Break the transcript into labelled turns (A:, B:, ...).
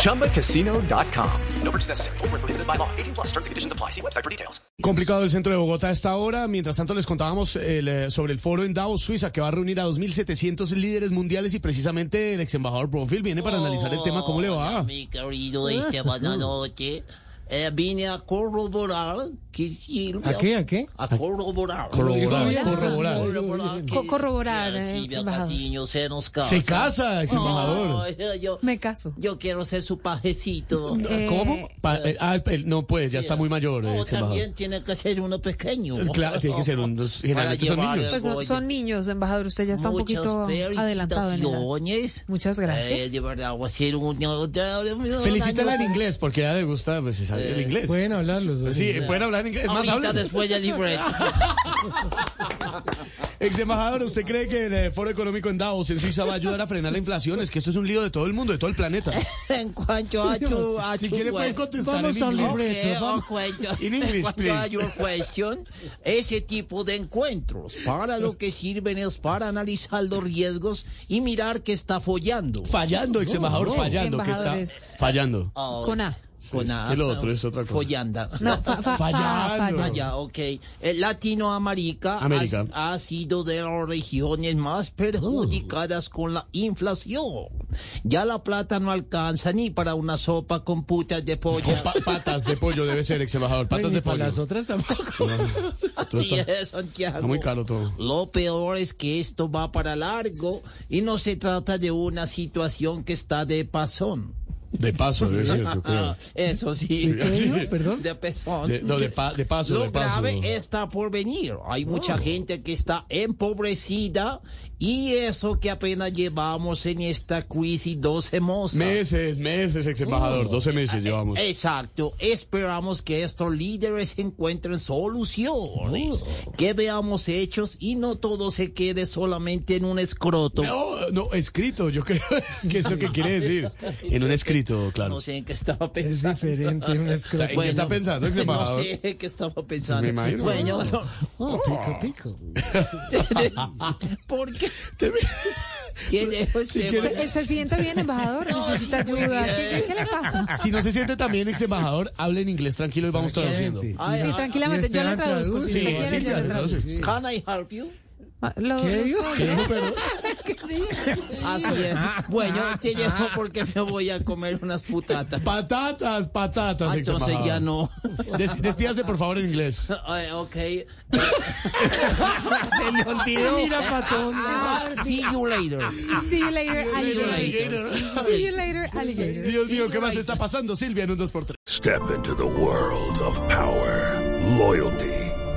A: ChumbaCasino.com. No purchase necessary. Void where prohibited by law. 18 plus terms and conditions apply. See website for details.
B: Complicado el centro de Bogotá a esta hora. Mientras tanto, les contábamos el, eh, sobre el foro en Davos, Suiza, que va a reunir a 2.700 líderes mundiales y precisamente el ex embajador Bromfield viene para analizar el tema. ¿Cómo le va?
C: Mi querido
B: Ah.
C: Esteban Anoche, eh, vine a corroborar que Silvia...
D: ¿A qué? ¿A qué?
C: A corroborar.
B: Corroborar, corroborar.
C: Corroborar. que-
E: Co- corroborar,
C: que
E: eh,
C: Silvia
E: embajador.
C: Patiño se nos casa.
B: Se casa, ex embajador.
C: Ay, yo,
E: Me caso.
C: yo quiero ser su pajecito.
E: Eh,
B: ¿Cómo? Pa- eh, ah, eh, no, pues, ya está muy mayor, eh,
C: ah.
B: ex
C: No,
B: embajador.
C: también tiene que ser uno pequeño.
B: Claro, tiene que ser un- los-
C: Para
B: generalmente son
C: llevar
B: niños.
C: el
E: Pues son,
C: rollo.
E: son niños, embajador. Usted ya está un
C: Muchas
E: poquito adelantado en edad.
C: felicitaciones.
E: Muchas gracias.
C: Eh, de verdad, voy a ser un...
B: Felicítala
C: Eh.
B: en inglés, porque a ella le gusta pues, se sabe el inglés.
D: Pueden hablar los dos.
B: Sí, eh, pueden hablar en inglés. Es más,
C: Ah. Ahorita
B: hablen.
C: después del libreto.
B: Ex embajador, ¿usted cree que el eh, foro económico en Davos, en Suiza, va a ayudar a frenar la inflación? Es que esto es un lío de todo el mundo, de todo el planeta.
C: En cuanto a tu... A
B: Si
C: tu
B: quiere puede
C: cuen-
B: contestar
D: Vamos
B: en
D: al
B: inglés.
D: libro.
C: Okay,
D: Libreto,
C: or
D: vamos.
C: cuento-
B: In
C: en
B: English,
C: cuanto a
B: please.
C: your question, ese tipo de encuentros para lo que sirven es para analizar los riesgos y mirar que está follando.
B: Fallando, ex embajador,
E: no.
B: fallando, que está
E: Embajadores.
B: fallando.
C: Ah,
E: Con A.
C: Con A.
B: que lo otro es otra cosa.
C: Follanda.
E: No, fa-
B: Fallando.
E: fa- fa- fallando.
C: Ah, ya, ok. Eh, Latinoamérica
B: América.
C: Ha, ha sido de las regiones más perjudicadas
B: Uh.
C: con la inflación. Ya la plata no alcanza ni para una sopa con putas de pollo.
B: Pa- patas de pollo debe ser, ex embajador, patas
D: Ni
B: de
D: para
B: pollo.
D: las otras tampoco.
B: Todo
C: Así
B: está-
C: es, Santiago.
B: está muy caro todo.
C: Lo peor es que esto va para largo y no se trata de una situación que está de pasón.
B: De paso, debe ser, yo
C: Ah.
B: creo.
C: Eso sí.
D: ¿Qué dijo? Perdón.
C: De pezón.
B: De, no, de, pa- de paso, de
C: Lo
B: paso.
C: grave está por venir. Hay mucha gente que está empobrecida y eso que apenas llevamos en esta crisis 12 mozas.
B: Meses, meses, ex embajador, 12 meses llevamos.
C: Exacto. Esperamos que estos líderes encuentren soluciones,
B: Oh.
C: que veamos hechos y no todo se quede solamente en un escroto. No,
B: No, Eh, oh, no, escrito, yo creo que es lo que quiere decir. En un escrito, claro.
C: sé en qué estaba
D: Es
C: pensando.
D: diferente. Un escroto.
B: ¿En qué está pensando, ex
C: No
B: embajador?
C: sé en qué estaba pensando.
B: Me imagino.
C: Bueno, no.
D: Oh, pico, pico.
C: ¿por qué?
B: Te-
C: ¿Quién es este?
E: ¿Se, se siente bien, embajador? ¿Necesita
C: sí, muy
E: ayuda?
C: bien.
E: ¿Qué, qué le pasa?
B: Si no se siente también ex embajador, hable en inglés tranquilo y vamos traduciendo.
D: Gente.
C: Ay, ah,
E: Sí,
C: ay,
E: tranquilamente, yo le
D: Esteban
E: traduzco. Si usted
D: traduce. Sí,
E: quiere,
B: sí,
E: yo le
B: claro,
E: traduzco.
B: entonces,
C: Can I help you?
E: Ah, lo-
D: ¿Qué
E: lo-
D: dijo?
E: lo-
D: ¿Qué dijo, perdón?
C: Así es. Bueno, te llevo porque me voy a comer unas putatas.
B: Patatas, patatas,
C: Ah,
B: ex
C: Entonces
B: embajador.
C: ya no.
B: Des- despídase por favor en inglés.
C: Ay, ok.
B: Se le olvidó.
D: Mira, patón.
E: Ah,
C: Ah, See you later.
E: See you later, alligator. See you later, alligator.
B: Dios mío, ¿qué más está pasando, Silvia, en un 2x3?
F: Step into the world of power, loyalty,